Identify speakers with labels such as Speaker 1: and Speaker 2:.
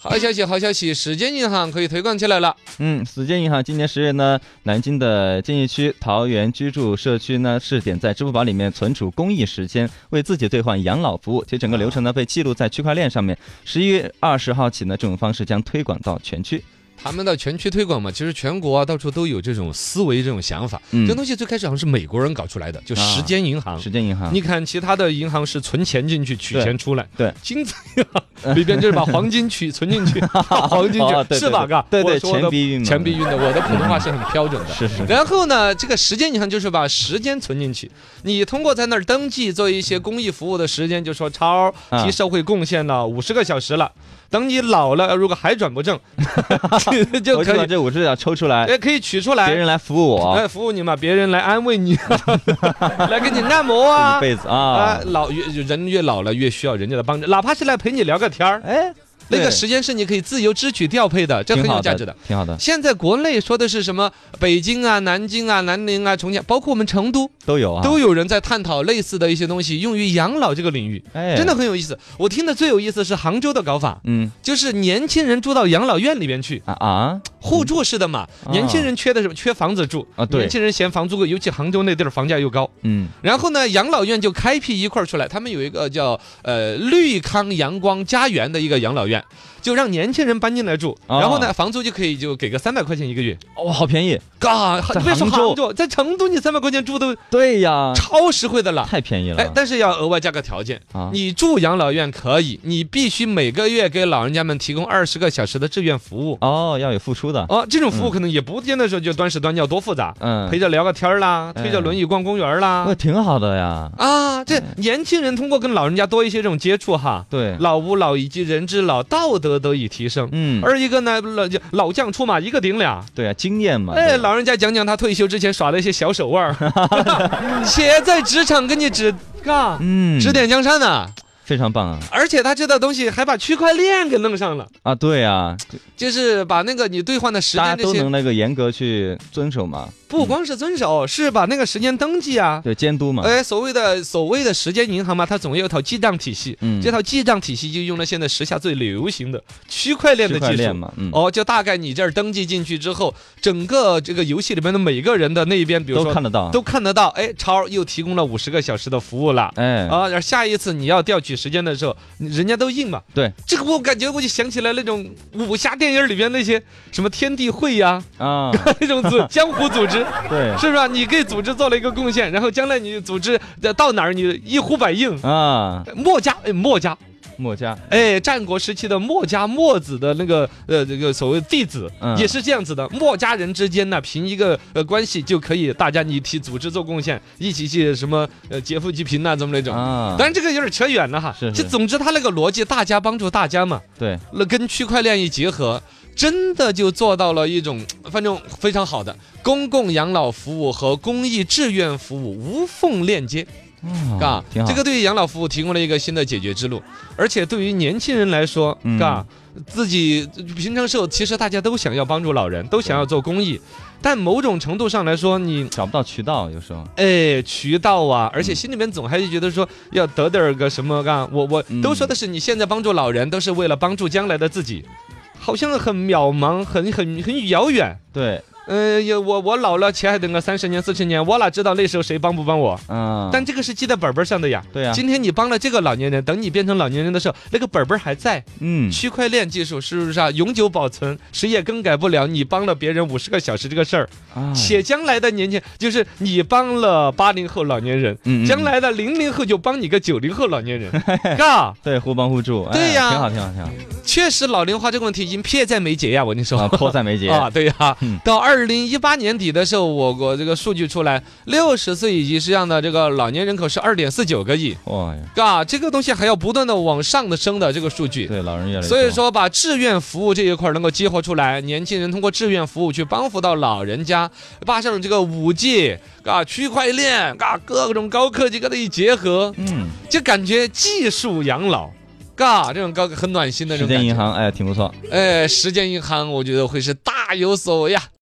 Speaker 1: 好消息，好消息！时间银行可以推广起来了。
Speaker 2: 嗯，死建银行今年十月呢，南京的建邺区桃园居住社区呢试点在支付宝里面存储公益时间，为自己兑换养老服务。其实整个流程呢被记录在区块链上面。十一月二十号起呢，这种方式将推广到全区。
Speaker 1: 他们到全区推广嘛，其实全国啊到处都有这种思维、这种想法。
Speaker 2: 嗯
Speaker 1: 这东西最开始好像是美国人搞出来的，就
Speaker 2: 啊
Speaker 1: 时间银行。
Speaker 2: 时间银行
Speaker 1: 你看其他的银行是存钱进去取
Speaker 2: 对
Speaker 1: 钱出来，
Speaker 2: 对，
Speaker 1: 金子银行里边就是把黄金取存 进去，黄金
Speaker 2: 哦
Speaker 1: 去
Speaker 2: 对
Speaker 1: 是吧？
Speaker 2: 对
Speaker 1: 嘎，
Speaker 2: 对对
Speaker 1: 我说的
Speaker 2: 钱币运嘛
Speaker 1: 钱币运的，我的普通话是很标准的。
Speaker 2: 是 是
Speaker 1: 然后呢，这个时间银行就是把时间存进去，你通过在那儿登记做一些公益服务的时间，就说超
Speaker 2: 啊
Speaker 1: 提社会贡献了五十个小时了。等你老了，如果还转不正， 就
Speaker 2: 我就
Speaker 1: 可
Speaker 2: 把
Speaker 1: 以，
Speaker 2: 这五十秒抽出来，
Speaker 1: 哎，可以取出
Speaker 2: 别
Speaker 1: 来，
Speaker 2: 人来服务我
Speaker 1: 哎，服务你嘛，别人来安慰 你，来给你按摩
Speaker 2: 一
Speaker 1: 啊。
Speaker 2: 辈子
Speaker 1: 啊
Speaker 2: 啊，！
Speaker 1: 老越人越老了，越需要人家的帮助，哪怕是来陪你聊个天儿，
Speaker 2: 哎，
Speaker 1: 那个
Speaker 2: 对
Speaker 1: 时间是你可以自由支取调配的，这很
Speaker 2: 挺
Speaker 1: 有
Speaker 2: 好
Speaker 1: 价值的。，
Speaker 2: 挺好的，
Speaker 1: 现在国内说的是什么？北京啊、南京啊、南宁啊、重庆，包括我们成都，
Speaker 2: 都有啊，
Speaker 1: 都有人在探讨类似的一些东西，用于养老这个领域，
Speaker 2: 哎，
Speaker 1: 真的，很有意思。我听的最有意思是杭州的搞法，
Speaker 2: 嗯
Speaker 1: 就是年轻人住到养老院里边去，
Speaker 2: 啊啊，
Speaker 1: 互助式的嘛。
Speaker 2: 啊
Speaker 1: 年轻人缺的是什么？缺房子住
Speaker 2: 啊对
Speaker 1: 年轻人嫌房租贵，尤其杭州那地儿房价又高。
Speaker 2: 嗯，
Speaker 1: 然后呢，养老院就开辟一块儿出来，他们有一个叫呃绿康阳光家园的一个养老院，就让年轻人搬进来住，
Speaker 2: 哦
Speaker 1: 然后呢，房租就可以就给个三百块钱一个月。
Speaker 2: 哇，好便宜，
Speaker 1: 嘎，
Speaker 2: 在
Speaker 1: 你别说
Speaker 2: 杭州
Speaker 1: 杭州，在成都你三百块钱住都
Speaker 2: 对呀，
Speaker 1: 超实惠的了。
Speaker 2: 太便宜
Speaker 1: 哎
Speaker 2: 了，
Speaker 1: 但是要额外加个条件，
Speaker 2: 啊，
Speaker 1: 你住养老院可以，你必须每个月给老人家们提供二十个小时的志愿服务。
Speaker 2: 哦，要有付出的，
Speaker 1: 哦，这种服务可能也不见得说就端屎端尿多复杂，
Speaker 2: 嗯，
Speaker 1: 陪着聊个天儿啦，
Speaker 2: 哎
Speaker 1: 推着轮椅逛公园儿啦
Speaker 2: 那。挺好的呀。
Speaker 1: 啊，这年轻人通过跟老人家多一些这种接触哈，
Speaker 2: 对，
Speaker 1: 老吾老以及人之老，道德得以提升。
Speaker 2: 嗯，
Speaker 1: 而一个呢，老老将出马，一个顶俩。
Speaker 2: 对啊，经验嘛。
Speaker 1: 哎，
Speaker 2: 对吧
Speaker 1: 老人家讲讲他退休之前耍的一些小手腕 儿，且在职场给你指嘎
Speaker 2: 嗯，
Speaker 1: 指点江山呢、
Speaker 2: 非常棒啊
Speaker 1: 而且他这道东西还把区块链给弄上了，
Speaker 2: 啊，对啊，
Speaker 1: 就是把那个你兑换的时
Speaker 2: 大家
Speaker 1: 间这
Speaker 2: 都
Speaker 1: 些，
Speaker 2: 能那个严格去遵守嘛，
Speaker 1: 不光是遵守，是把那个时间登记啊。
Speaker 2: 对，监督嘛。
Speaker 1: 哎，所谓的所谓的时间银行嘛，它总有一套记账体系，
Speaker 2: 嗯
Speaker 1: 这套记账体系就用了现在时下最流行的区块链
Speaker 2: 区
Speaker 1: 的
Speaker 2: 块
Speaker 1: 技
Speaker 2: 链
Speaker 1: 术。
Speaker 2: 嘛，嗯，
Speaker 1: 哦，就大概你这儿登记进去之后，整个这个游戏里面的每个人的那一边，比如
Speaker 2: 都
Speaker 1: 说
Speaker 2: 看得到啊。
Speaker 1: 都看得到，哎，超又提供了五十个小时的服务了。
Speaker 2: 哎，
Speaker 1: 啊，然后下一次你要调取时间的时候，人家都硬嘛。
Speaker 2: 对，
Speaker 1: 这个我感觉我就想起来那种武侠电影里边那些什么天地会呀、
Speaker 2: 啊，
Speaker 1: 那种组江湖组织，
Speaker 2: 对
Speaker 1: 是不是、啊？你给组织做了一个贡献，然后将来你组织呃到哪儿你一呼百应。
Speaker 2: 啊，
Speaker 1: 墨家，哎，墨家，
Speaker 2: 墨家
Speaker 1: 哎，战国时期的墨家墨子的那个呃这个所谓弟子、
Speaker 2: 嗯
Speaker 1: 也是这样子的，墨家人之间呢，凭一个呃关系就可以大家你替组织做贡献，一起去什么呃劫富济贫呐、怎么那种。
Speaker 2: 啊
Speaker 1: 当，然这个有点扯远了哈，
Speaker 2: 是是
Speaker 1: 就总之他那个逻辑，大家帮助大家嘛，
Speaker 2: 对，
Speaker 1: 那跟区块链一结合，真的就做到了一种反正非常好的公共养老服务和公益志愿服务无缝链接，
Speaker 2: 哦
Speaker 1: 嘎、
Speaker 2: 挺好。
Speaker 1: 这个对于养老服务提供了一个新的解决之路，而且对于年轻人来说，
Speaker 2: 嗯
Speaker 1: 嘎、自己平常时候其实大家都想要帮助老人，都想要做公益，但某种程度上来说，你
Speaker 2: 找不到渠道，有时候
Speaker 1: 哎，渠道
Speaker 2: 嗯
Speaker 1: 啊，而且心里面总还是觉得说要得点儿个什么干，我我
Speaker 2: 嗯
Speaker 1: 都说的是你现在帮助老人，都是为了帮助将来的自己，好像很渺茫，很很很遥远。
Speaker 2: 对，
Speaker 1: 呃，也我我老了，且还等个三十年、四十年，我哪知道那时候谁帮不帮我？
Speaker 2: 嗯，
Speaker 1: 但这个是记在本本上的呀。
Speaker 2: 对呀，
Speaker 1: 今天你帮了这个老年人，等你变成老年人的时候，那个本本还在。
Speaker 2: 嗯，
Speaker 1: 区块链技术是不是啊？永久保存，谁也更改不了。你帮了别人五十个小时这个事儿，
Speaker 2: 哎
Speaker 1: 且将来的年轻，就是你帮了八零后老年人，
Speaker 2: 嗯嗯
Speaker 1: 将来的零零后就帮你个九零后老年 人，嘎，
Speaker 2: 对互帮互助，哎
Speaker 1: 对呀
Speaker 2: 挺好，挺好，挺好。
Speaker 1: 确实老龄化这个问题已经迫在眉睫呀，我跟你说。
Speaker 2: 啊，迫在眉睫
Speaker 1: 啊，对呀、
Speaker 2: 嗯
Speaker 1: 到二零一八年底的时候，我国这个数据出来，六十岁以上的这个老年人口是二点四九个亿，
Speaker 2: 哇呀，
Speaker 1: 嘎，这个东西还要不断的往上的升的这个数据。
Speaker 2: 对，老人越来越
Speaker 1: 所以
Speaker 2: 多
Speaker 1: 说，把志愿服务这一块儿能够激活出来，年轻人通过志愿服务去帮扶到老人家，把这种这个五 G 啊、区块链啊、各种高科技跟它一结合，
Speaker 2: 嗯，
Speaker 1: 就感觉技术养老嘎，这种高很暖心的那
Speaker 2: 时
Speaker 1: 种感觉。
Speaker 2: 间银行，哎，挺不错。
Speaker 1: 哎，时间银行，我觉得会是大有所为呀。